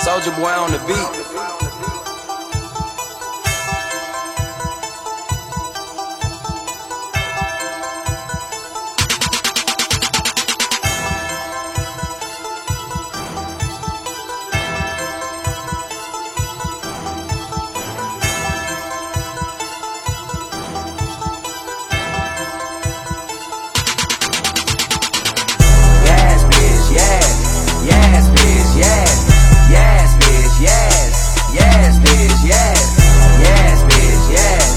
Soldier boy on the beat. Yes, bitch, yes. Yes, bitch, yes. Yes, bitch, yes. Yes, bitch, yes. Yes, bitch, yes.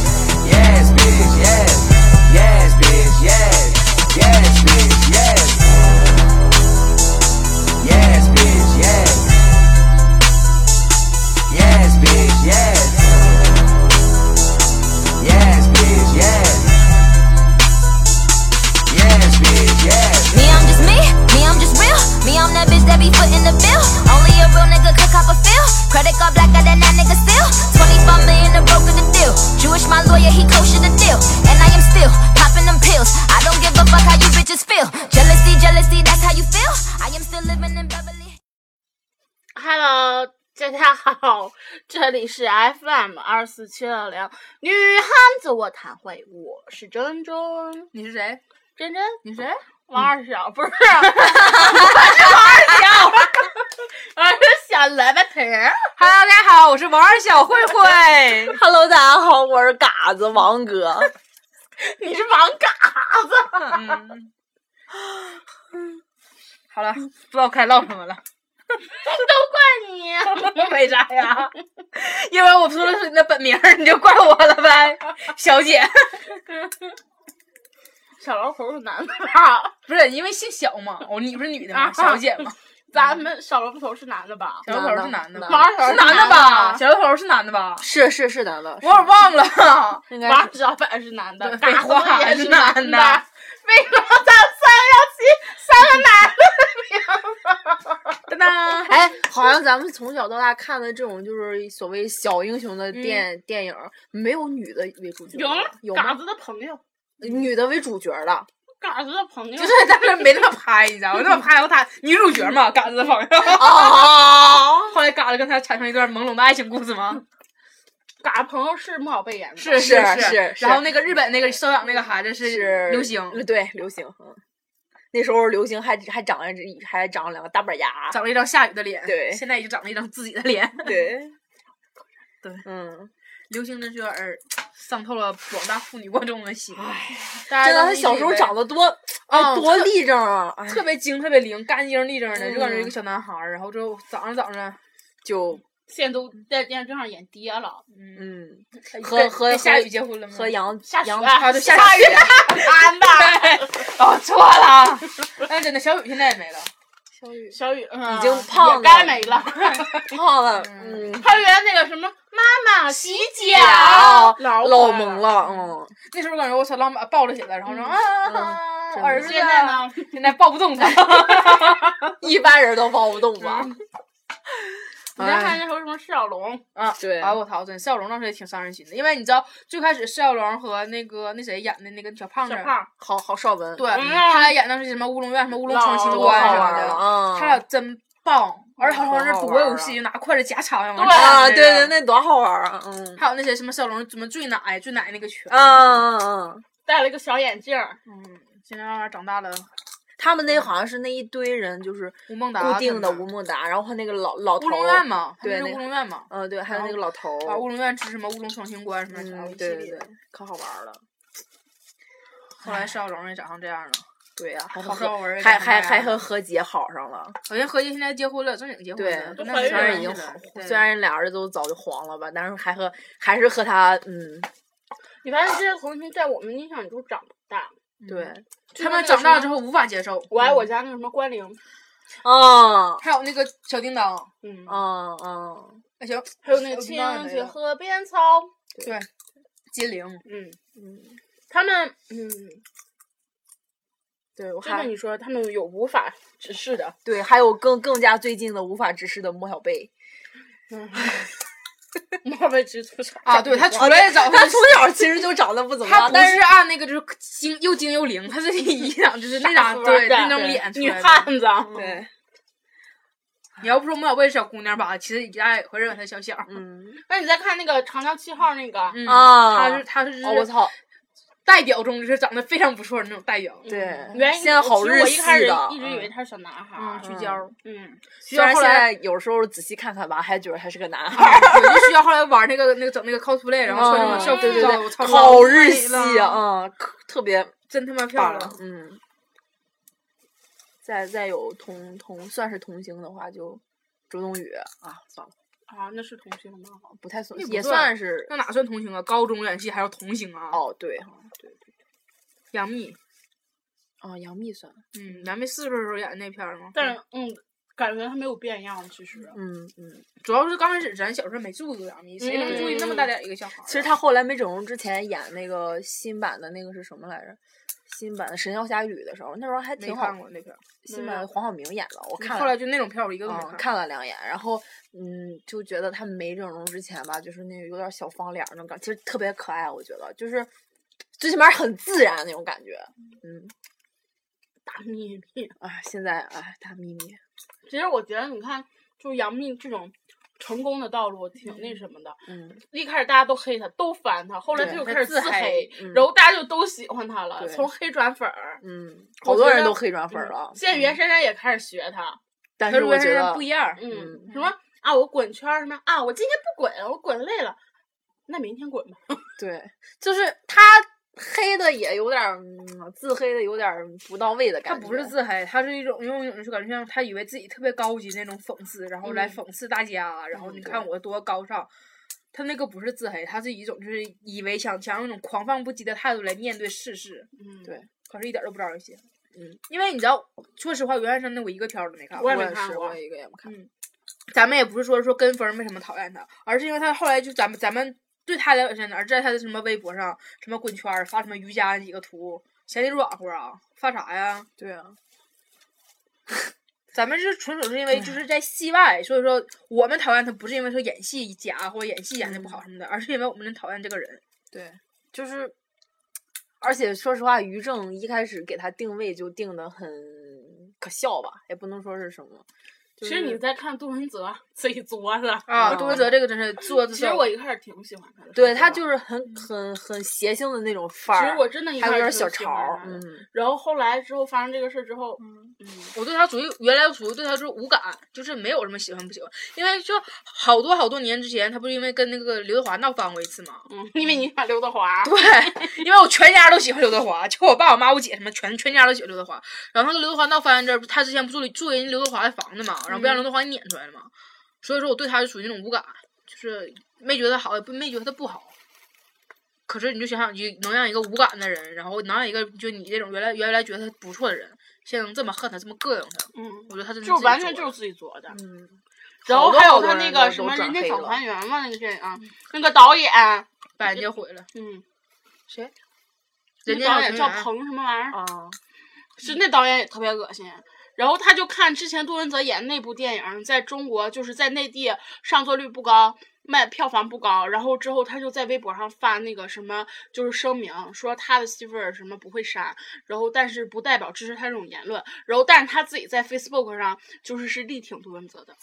Yes, bitch, yes. Yes, bitch, yes. Yes, bitch, yes. Yes, bitch, yes. Yes, bitch, yes. Yes, bitch, yes. Yes, bitch, yes. Me, I'm just me. Me, I'm just real. Me, I'm that bitch that be footin' the bill. Only a real nigga could cop a feel. Credit card black, got that nigga still. 25 million to broker the deal. Jewish, my lawyer, he kosher the deal. And I am still popping them pills. I don't give a fuck how you bitches feel. Jealousy, jealousy, that's how you feel. I am still living in Beverly. Hello，大家好， 这里是 FM 二四七二零女汉子卧谈会，我是珍珍，你是谁？啊珍珍，你谁？王二小不是，我 是王二小，我是哎小萝卜头儿。 Hello，大家好，我是王二小慧慧。 Hello，大家好，我是嘎子王哥。你是王嘎子， 嗯，好了，不知道该唠什么了， 都怪你。为啥呀？因为我说的是你的本名儿，你就怪我了呗，小姐。小老头是男的吧？不是因为姓小嘛，我你不是女的啊吗？小姐嘛， 咱们小老头是男的吧？小头是男的啊王吧？二小是男的吧？吧？小头是男的吧？是是是男的，我有点忘 了。应王该二小本是男的，对嘎废话子也是是男男的，的为什么咱三要起三个男的的名字？ 噔噔，哎，好像咱们从小到大看的这种就是所谓小英雄的电、嗯电影，没有女的为主角有的，吗有嘎吗？子的朋友，女的为 主角的，嘎子的朋友就是当时没那么拍，你知道 吗？那么拍我打女主角嘛，嘎子的朋 友。 哦，后来嘎子跟他产生一段朦胧的爱情故事吗？嘎子啊朋友是莫小贝演的，是是是是然后那个日本那个收养那个孩子是是流星，对，流星。嗯，那时候流星还还长了一还长了两个大板牙，长了一张下雨的脸，对现在已经长了一张自己的脸。对对嗯，流星真是有点儿伤透了广大妇女观众的心。大家真的，都他一直小时候以为长得多啊，哎多立正啊，哎特别精，特别灵，干净利整的，嗯就感觉一个小男孩儿。然后之后早上早上，就现在都在电视剧上演爹了，嗯，嗯，跟和和跟夏雨和结婚了吗？和杨下雪杨啊，对，夏下雨雨，嗯安的。 搞哦错了。哎，真的，小雨现在也没了。小雨小雨已已经胖了该没 了。胖了，嗯嗯，他原来那个什么妈妈洗脚老老萌萌。了，嗯，那时候感觉我操，老马抱了起来，然后说啊嗯真，的儿子啊。现在哎呢？现在抱不动 他。一般人都抱不动吧？你再看那时候什么释小龙，啊，对哎我操，真释小龙当时也挺伤人心的，因为你知道最开始释小龙和那个那谁演的那个小胖子，小胖，好好少文，对，嗯他俩演的是什么乌龙院什么乌龙闯情多关好什么玩的，儿啊！他俩真棒，而且他好像是好多玩儿有啊戏，拿筷子夹肠呀，对往啊，对上夹对，呀。那多好玩儿啊！嗯，还有那谁什么小龙什么坠奶坠奶那个拳，嗯嗯嗯，戴了一个小眼镜儿，嗯，现在慢慢长大了，他们那好像是那一堆人，就是吴孟达固定的他们吴孟达，然后和那个老老头乌龙儿院嘛，他们对是那乌龙院嘛，嗯，对，还有那个老头啊，乌儿，龙院吃什么乌龙闯情关什么啥，嗯，一对系对列对。，可好玩儿了。后来释小龙也长成这样了，对呀，还好和少文儿何也还长这还样还了和何洁好上了，好像何洁现在结婚了，正经结婚对了，都那怀是孕虽然了已经了好，对虽然俩人都早就黄了吧，但是还和还是和他，嗯，你发现这些童星在我们印象里都长不大。对，他们长大之后无法接受。我爱嗯我家那个什么关凌，啊还有那个小叮当，嗯，啊啊！哎行，还有那个哦小青叮当也没青了河边草，对， 金陵，嗯，嗯，他们，嗯，对，我真的，还你说他们有无法 直视的，对，还有更更加最近的无法直视的莫小贝，冒昧直出场啊，对他出来也 早，他从小其实就长得不怎么他样，不但是按那个就是精又精又灵，他是一长就是那张对那张脸出女啊来的。汉子，对，你要不说莫小贝是小姑娘吧，其实大家也会认为她小小。嗯那你再看那个《长江七号》那个，嗯，啊，她是她是哦，我操，代表中就是长得非常不错的那种代表。对，嗯原现在好日我系一开始的，一直以为嗯他是小男孩嗯，儿，聚焦儿。嗯，虽然后现来在有时候仔细看看吧，还觉得还是个男孩儿，我就需要后来玩那个那个整那个 cosplay，然后穿那嗯种校服对对照，我操，对，好老日美系了，啊，嗯，可特别真他妈漂棒亮。，嗯。再再有同同算是同星的话，就周冬雨啊，算了，啊，那是同性吗？不太算那，不也算算是那哪算童星啊？高中演戏还要童星啊？哦，对，对对，杨幂，哦，杨幂算，嗯，杨幂四十岁的时候演的那片儿嘛。但是嗯，感觉他没有变样，其实。嗯嗯，主要是刚开始咱小时候没注意过杨幂，谁能注意那么大点一个小孩儿啊？其实她后来没整容之前演那个新版的那个是什么来着？新版的《神雕侠侣》的时候，那时候还没挺好看，过那片儿，新版黄晓明演的，嗯我看后了来就那种片儿我一个都没嗯，看。看了两眼，然后嗯，就觉得她没整容之前吧，就是那个有点小方脸儿那种感，其实特别可爱，我觉得就是最起码很自然那种感觉。嗯，大秘密。啊，现在哎，大咪咪，其实我觉得，你看，就是杨幂这种成功的道路挺那什么的。嗯，一开始大家都黑她，都烦她，后来她对就她开始自自黑黑，嗯然后大家就都喜欢她了，对从黑转粉儿。嗯，我好多觉人得都黑转粉儿嗯了，嗯现在袁姗姗也开始学她，但可是我我觉得不一样儿。嗯，嗯什么啊，我滚圈儿什么啊，我今天不滚，我滚累了，那明天滚吧。对，就是她黑的也有点儿、嗯自黑的有点儿不到位的感他觉，不是自黑，他是一种用一种就感觉像他以为自己特别高级那种讽刺，然后来嗯讽刺大家，啊然后嗯你对看我多高尚。他那个不是自黑，他是一种就是以为想想用一种狂放不羁的态度来面对世事，嗯，对可是一点儿都不招人喜欢。嗯，因为你知道，说实话，袁姗姗的我一个片儿都没看我过也我没也看是，过我也一个也不看。咱们也不是说说跟风儿为什么讨厌他，而是因为他后来就咱们咱们对他了解在哪儿，而在他的什么微博上，什么滚圈儿发什么瑜伽几个图，嫌你软和啊，发啥呀？对啊， 咱们是纯属是因为就是在戏外，所以说我们讨厌他不是因为说演戏假或者演戏演的不好什么的，而是因为我们能讨厌这个人。对，就是，而且说实话，于正一开始给他定位就定的很可笑吧，也不能说是什么。就其实你在看杜文泽自己作的啊，嗯杜文泽这个真是做的，其实我一开始挺喜欢他的，。对嗯他就是是很很很邪性的那种范其儿，实我真的一还有开点始小挺喜潮欢儿，他的嗯，然后后来之后发生这个事之后，嗯，我对他属于原来属于对他就是无感，就是没有什么喜欢不喜欢，因为就好多好多年之前，他不是因为跟那个刘德华闹翻过一次吗？嗯，因为你喜欢刘德华，对，因为我全家都喜欢刘德华，就我爸、我妈、我姐什么全全家都喜欢刘德华。然后那个刘德华闹翻这儿，他之前不住住人家刘德华的房子嘛，然后嗯不让刘德华撵出来了嘛，所以说我对他就属于那种无感，就是没觉得好，也不没觉得他不好。可是你就想想，你能让一个无感的人，然后能让一个就你这种原来原来觉得他不错的人，现在能这么恨他，这么膈应他，嗯，我觉得他真的就是自己完作全就的是自己做的。嗯，然好后多还好有多他人那都个都什么《转人间黑小了嗯团圆》嘛，那个电影，那个导演，把人家毁了，嗯，谁人那家导小演叫团圆彭什么玩意儿，啊？是那导演也特别恶心。然后他就看之前杜文泽演那部电影，在中国就是在内地上座率不高，卖票房不高。然后之后他就在微博上发那个什么，就是声明说他的媳妇儿什么不会删，然后但是不代表支持他这种言论。然后但是他自己在 Facebook 上就是是力挺杜文泽的，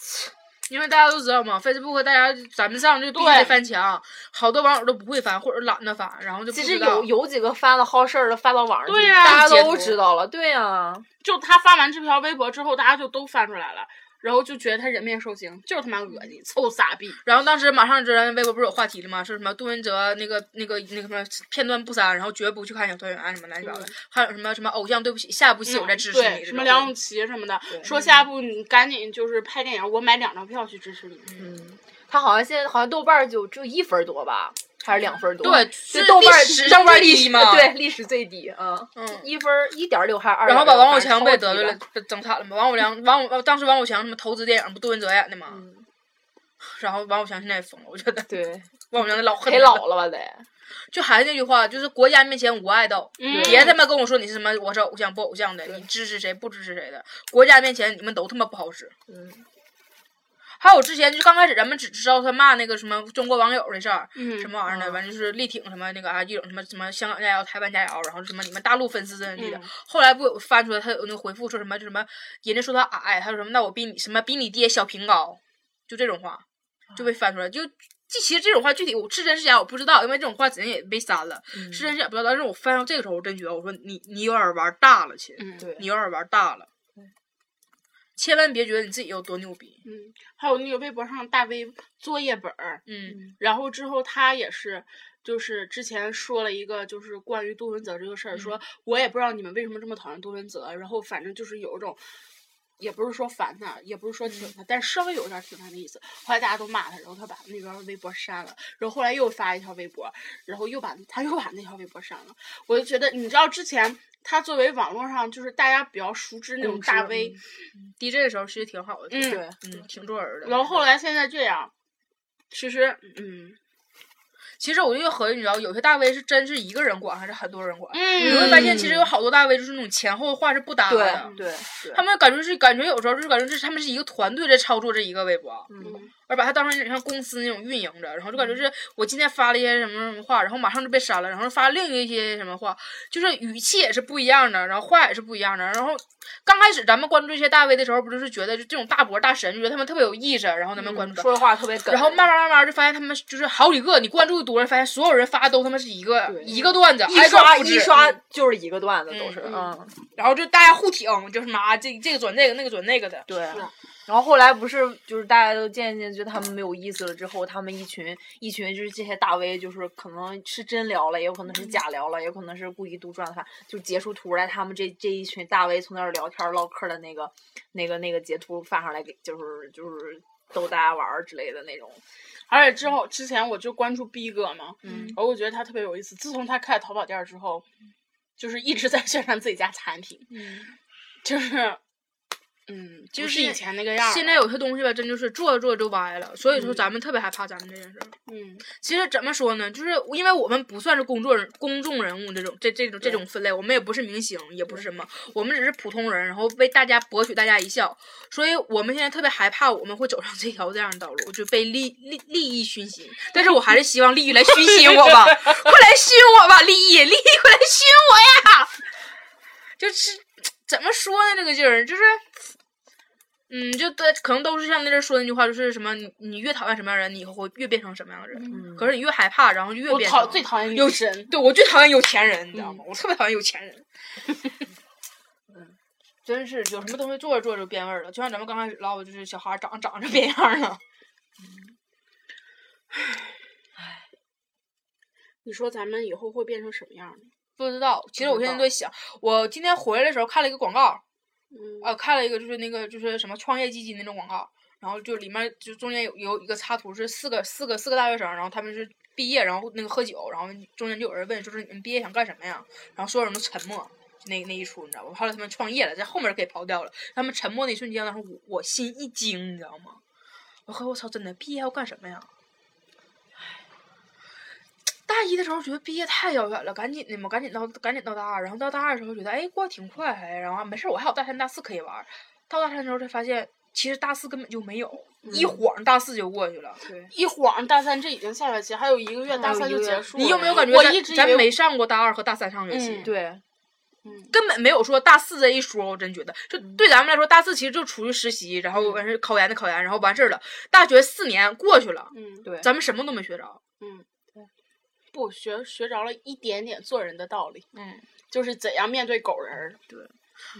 因为大家都知道嘛，Facebook 大家咱们上就必须对得翻墙，好多网友都不会翻或者懒得翻，然后就不其知实道有有几个发了好事儿的发到网上去，对呀大截家都图知道了，对呀、就他发完这条微博之后，大家就都翻出来了。然后就觉得他人面兽心，就是他妈恶心，臭傻逼。然后当时马上知道微博不是有话题了吗？说什么杜文泽那个那个那个什么片段不删，然后绝不去看小团圆什么乱七八糟的，还有什么什么偶像对不起，下一部戏我再支嗯持对你，什么梁咏琪什么的，对说下一部你赶紧就是拍电影，我买两张票去支持你。嗯，他好像现在好像豆瓣儿就只有一分儿多吧，还是两分儿多？对就是豆历瓣儿史豆上瓣儿最历低史嘛对历史最低，嗯嗯一分一点六还是二？然后把王宝强被被得罪了，，整惨了嘛。王宝良，王宝当时王宝强什么投资电影不杜文泽演的嘛？嗯然后王宝强现在也疯了，我觉得对，王宝强那老恨赔他老了吧得。就还是那句话，就是国家面前无爱豆，嗯别他妈跟我说你是什么我是偶像不偶像的，你支持谁不支持谁的，国家面前你们都他妈不好使。嗯，还有之前就刚开始咱们只知道他骂那个什么中国网友的事儿，嗯什么玩意儿的，完就是力挺什么那个啊，一种什么什么香港加油、台湾加油，然后什么你们大陆粉丝怎么地的。嗯后来不有翻出来他有那个回复说什么就什么，人家说他矮，他说什么那我比你什么比你爹小平高，就这种话啊就被翻出来，就这其实这种话具体我是真是假我不知道，因为这种话咱也被删了，嗯是嗯真是假不知道。但是我翻到这个时候，我真觉得我说你你有点玩大了，亲，嗯，对你有点玩大了，千万别觉得你自己有多牛逼，嗯，还有那个微博上大 V 作业本儿，嗯然后之后他也是，就是之前说了一个，就是关于杜文泽这个事儿，说我也不知道你们为什么这么讨厌杜文泽，然后反正就是有一种，也不是说烦他，也不是说挺他，但是稍微有点挺他的意思。后来大家都骂他，然后他把那边微博删了，然后后来又发一条微博，然后又把他又把那条微博删了。我就觉得，你知道之前他作为网络上就是大家比较熟知那种公大知 V，地震的时候其实挺好的，嗯对，嗯，挺做人的。然后后来现在这样，其实嗯其实我觉得合计，你知道，有些大 V 是真是一个人管，还是很多人管。嗯你会发现，其实有好多大 V 就是那种前后话是不搭的对。对他们感觉是感觉有时候就是感觉是他们是一个团队在操作这一个微博，嗯而把它当成有点像公司那种运营着，然后就感觉是我今天发了一些什么什么话，然后马上就被删了，然后发另一些什么话，就是语气也是不一样的，然后话也是不一样的。然后刚开始咱们关注一些大 V 的时候，不就是觉得就这种大博大神，就觉得他们特别有意思，然后咱们关注他。嗯说的话特别梗，然后慢慢慢慢就发现他们就是好几个，你关注的多了，发现所有人发的都他妈是一个对一个段子，一挨个刷复制一刷，就是一个段子都是，嗯嗯，然后就大家互挺，就是妈这这个转那个，那个转那个的。对。啊然后后来不是就是大家都渐渐觉得他们没有意思了之后，他们一群一群就是这些大 V，就是可能是真聊了，也有可能是假聊了，也有可能是故意杜撰的，反正就截出图来，他们这这一群大 V 从那儿聊天唠嗑的那个那个那个截图发上来给，就是就是逗大家玩儿之类的那种。而且之后之前我就关注逼哥嘛，嗯然后我觉得他特别有意思。自从他开了淘宝店儿之后，就是一直在宣传自己家产品，就是，嗯，就不是是以前那个样儿了。现在有些东西吧，真就是做着做着就歪了，所以嗯说咱们特别害怕咱们这件事儿。嗯，其实怎么说呢，就是因为我们不算是公众人公众人物这种这这种这种分类，我们也不是明星，也不是什么，我们只是普通人，然后为大家博取大家一笑，所以我们现在特别害怕我们会走上这条这样的道路，就被利利利益熏心。但是我还是希望利益来熏心我吧，快来熏我吧，利益利益快来熏我呀！就是怎么说呢，这个劲儿就是。嗯，就对，可能都是像那阵儿说的那句话，就是什么你你越讨厌什么样的人，你以后会越变成什么样的人。嗯可是你越害怕，然后就越我变讨成最讨厌有女神，对我最讨厌有钱人，你知道吗？我特别讨厌有钱 人。嗯真是有什么东西做着做着就变味儿了，就像咱们刚开始唠的，就是小孩儿长长着变样儿了。你说咱们以后会变成什么样儿呢？不知道，其实我不现知在道在想，我今天回来的时候看了一个广告，嗯，呃，看了一个就是那个就是什么创业基金那种广告，然后就里面就中间有有一个插图是四个四个四个大学生，然后他们是毕业，然后那个喝酒，然后中间就有人问，就是你们毕业想干什么呀？然后所有人都沉默。那那一出你知道吧？后来他们创业了，在后面给刨掉了。他们沉默那一瞬间，当时我我心一惊，你知道吗？我和我操，真的毕业要干什么呀？大一的时候觉得毕业太遥远了，赶紧的嘛，赶紧到赶紧到大二，然后到大二的时候觉得哎过得挺快还，然后没事儿我还有大三大四可以玩儿，到大三的时候才发现其实大四根本就没有，嗯一晃大四就过去了。对，一晃大三这已经下学期，还有一个月，大还有三一就个结月束了。你有没有感觉我咱一直以咱为没上过大二和大三上学期，嗯对，根本没有说大四这一说，我真觉得，就嗯对咱们来说，大四其实就出去实习，然后完事儿考研的考研，然后完事儿了。大学四年过去了，嗯，对咱们什么都没学着。不学学着了一点点做人的道理，嗯，就是怎样面对狗人儿。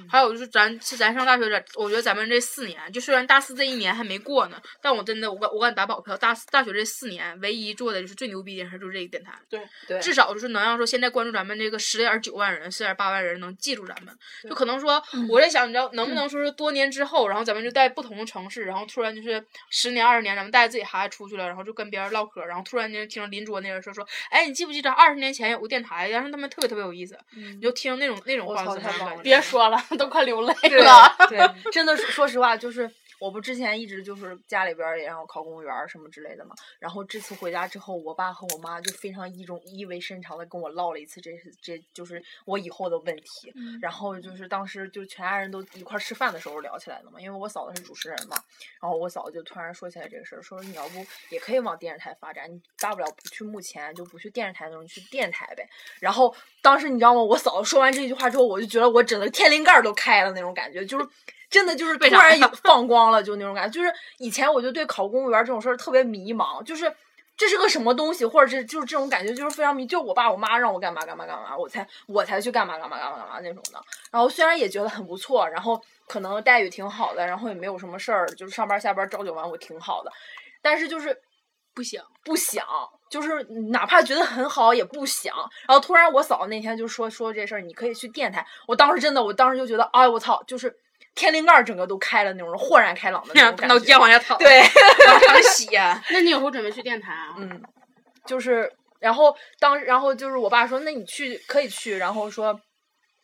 还有就是咱是咱上大学，咱我觉得咱们这四年，就虽然大四这一年还没过呢，但我真的我敢我敢打保票，大四大学这四年唯一做的就是最牛逼的事儿就是这个电台，对，对至少就是能让说现在关注咱们这个十点九万人、十点八万人能记住咱们，就可能说嗯我在想，你知道能不能说是多年之后，然后咱们就在不同的城市，然后突然就是十年、二十年，咱们带着自己孩子出去了，然后就跟别人唠嗑，然后突然间听着邻桌那人说说，哎，你记不记得二十年前有个电台，然后他们特别特别有意思，你就听那种那种嗯我话操怎么太样 棒感了觉 别说了，都快流泪对了。对，真的是说实话，就是我不之前一直就是家里边儿也让我考公务员儿什么之类的嘛，然后这次回家之后，我爸和我妈就非常意中意味深长的跟我唠了一次这是这就是我以后的问题，然后就是当时就全家人都一块儿吃饭的时候聊起来的嘛，因为我嫂子是主持人嘛，然后我嫂子就突然说起来这个事儿，说你要不也可以往电视台发展，你大不了不去幕前，就不去电视台那种，你去电台呗。然后当时你知道吗？我嫂子说完这句话之后，我就觉得我整个天灵盖儿都开了那种感觉，就是真的就是突为啥然有放光了，就那种感觉。就是以前我就对考公务员这种事儿特别迷茫，就是。这是个什么东西，或者是就是这种感觉，就是非常迷。就我爸我妈让我干嘛干嘛干嘛，我才我才去干嘛干嘛干嘛干嘛那种的。然后虽然也觉得很不错，然后可能待遇挺好的，然后也没有什么事儿，就是上班下班朝九晚五挺好的，但是就是不想，不想，就是哪怕觉得很好也不想。然后突然我嫂子那天就说说这事儿，你可以去电台。我当时真的，我当时就觉得，哎我操，就是天灵盖儿整个都开了那种豁然开朗的那种 感脑浆觉。往下淌，，对，往上洗。 那你以后准备去电台啊？嗯，就是，然后当然后就是我爸说，那你去可以去，然后说。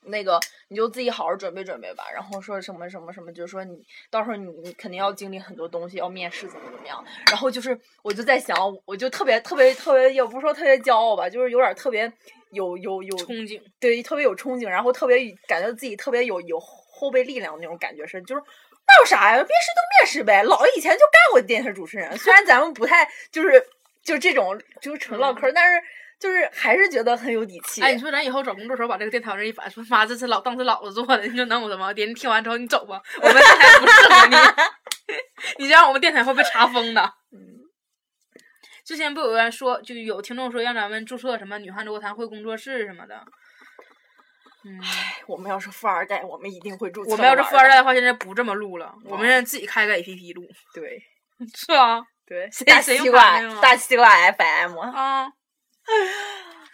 那个，你就自己好好准备准备吧。然后说什么什么什么，就是说你到时候你你肯定要经历很多东西，要面试怎么怎么样。然后就是，我就在想，我就特别特别特别，也不是说特别骄傲吧，就是有点儿特别有有有憧憬，对，特别有憧憬，然后特别感觉自己特别有有后备力量的那种感觉是，就是那有啥呀？面试就面试呗，老子以前就干过电视主持人，虽然咱们不太就是就是这种就是纯唠嗑儿，但是就是还是觉得很有底气。嗯哎，你说咱以后找工作时候把这个电台往这一摆，说妈这是老当时老子做的，你说能有什么？别人听完之后你走吧，我们电台不适合你， 你这样我们电台会被查封的。 之前不有人说，就有听众说让咱们注册什么女汉子卧谈会工作室什么的。嗯，我们要是富二代，我们一定会注册。我们要是富二，代的话，现在不这么录了，我们现在自己开个 APP 录。对 是啊，对， 谁大谁西用瓜管那个大西瓜 FM，啊，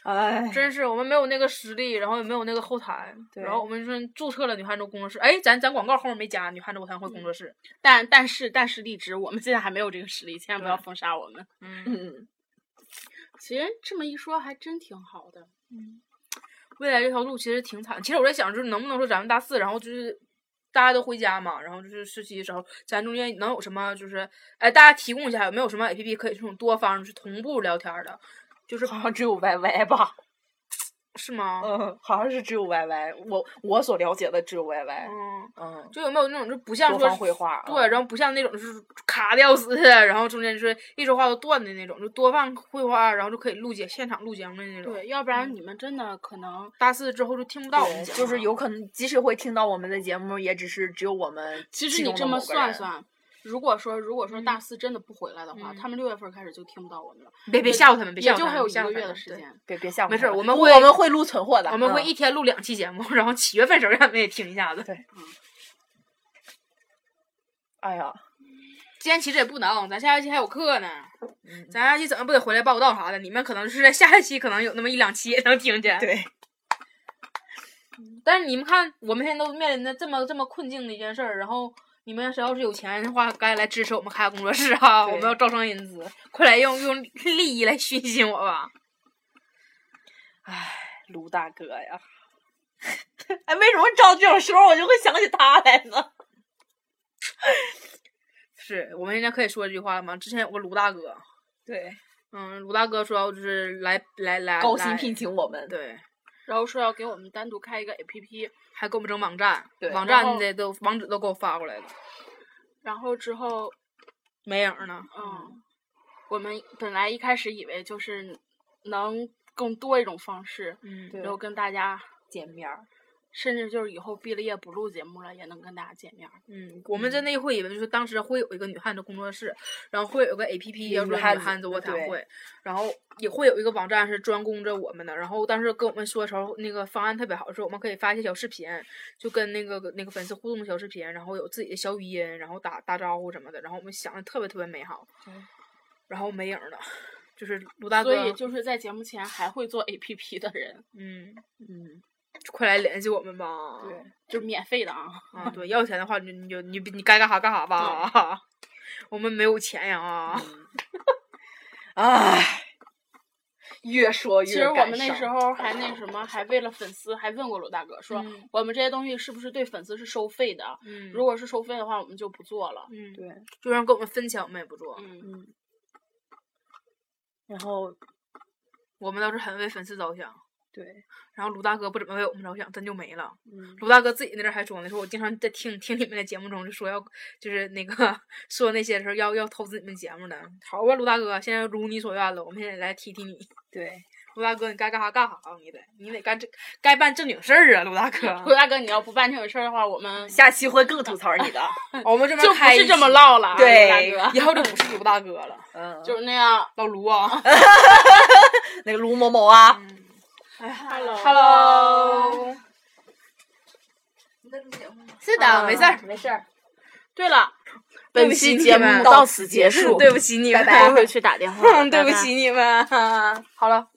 哎，真是我们没有那个实力，然后也没有那个后台，对然后我们说注册了女汉子工作室，哎，咱咱广告后面没加女汉子卧谈会工作嗯室，但但是但是荔枝，我们现在还没有这个实力，千万不要对封杀我们。嗯，嗯，其实这么一说，还真挺好的。嗯未来这条路其实挺惨。其实我在想，就是能不能说咱们大四，然后就是大家都回家嘛，然后就是实习的时候，咱中间能有什么就是，哎，大家提供一下有没有什么 A P P 可以这种多方去同步聊天儿的，就是好像只有 YY 吧，是吗？呃嗯，好像是只有 YY，我我所了解的只有 YY，嗯，嗯，就有没有那种就不像多说方绘画对，嗯然后不像那种就是卡的要死的，然后中间就是一说话都断的那种，就多放绘画，然后就可以录节现场录节目的那种。嗯对，，要不然你们真的可能大四之后就听不到我对，们讲就是了有可能，即使会听到我们的节目，也只是只有我们其其实你中这的么某个算人，算，如果说如果说大四真的不回来的话，嗯他们六月份开始就听不到我们了，别别吓唬他们，别吓也唬就他还有们，一吓唬个他月的们时对间。别别吓唬他。没事儿我们不会我们会录存货的，我们会嗯一天录两期节目，然后七月份时候让他们也听一下子。对哎呀，今天其实也不能，咱下学期还有课呢，嗯咱下学期怎么不得回来报道啥的？你们可能是在下学期可能有那么一两期也能听见。对， 但是你们看，我们现在都面临着这么这么困境的一件事儿，然后你们谁要是有钱的话，赶紧来支持我们开个工作室哈、我对们要招商引资，快来用用利益来熏心我吧。哎，卢大哥呀， 哎，为什么到这种时候我就会想起他来呢？是我们现在可以说这句话了吗？之前有个卢大哥，对，嗯，卢大哥说要就是来来来高薪来聘请我们，对，然后说要给我们单独开一个 APP，还给我们整网站对，网然站后的都网址都给我发过来了，然后之后没影儿呢。嗯，我们本来一开始以为就是能更多一种方式，嗯，对然后跟大家，见面儿，甚至就是以后毕了业不录节目了，也能跟大家见面儿。嗯，我们真的会以为就是当时会有一个女汉子工作室，然后会有个 A P P 女叫做女汉子汉子卧谈对会，然后也会有一个网站是专供着我们的。然后当时跟我们说的时候，那个方案特别好，说我们可以发一些小视频，就跟那个那个粉丝互动的小视频，然后有自己的小语音，然后打打招呼什么的。然后我们想的特别特别美好，然后没影儿了，啊就是卢大所哥，以就是在节目前还会做 APP 的人，嗯，嗯，快来联系我们吧。对。就是免费的啊。啊， 对，要钱的话你你就你你该干啥干啥吧 啊， 我们没有钱呀啊。唉，越说越其实我感们那伤时候还那什么，还为了粉丝还问过罗大哥说，嗯我们这些东西是不是对粉丝是收费的？ 嗯如果是收费的话，我们就不做了。嗯，对，就让跟我们分钱，我们也不做。嗯，嗯，然后我们倒是很为粉丝着想，对，然后卢大哥不怎么为我们着想，真就没了。嗯，卢大哥自己那阵儿还装呢，说我经常在听听你们的节目中就说要就是那个 说那些时候要要投资你们节目的。好吧，卢大哥，现在如你所愿了，我们现在来踢踢你。对，卢大哥，你该干啥干啥，你得你得干这该办正经事儿啊，卢大哥。罗大哥，你要不办这种事儿的话，我们下期会更吐槽你的，我们这就边不嗯开是一这么期，唠了啊，罗对大哥，以后就不是卢大哥了，嗯，就是那样。老卢 啊。那个卢某某啊， Hello。是的，没事儿。啊没事儿。对了，对本不期起节你目们，到此结 束，对不起你们，拜拜待会儿去打电话。对不起你们。好了。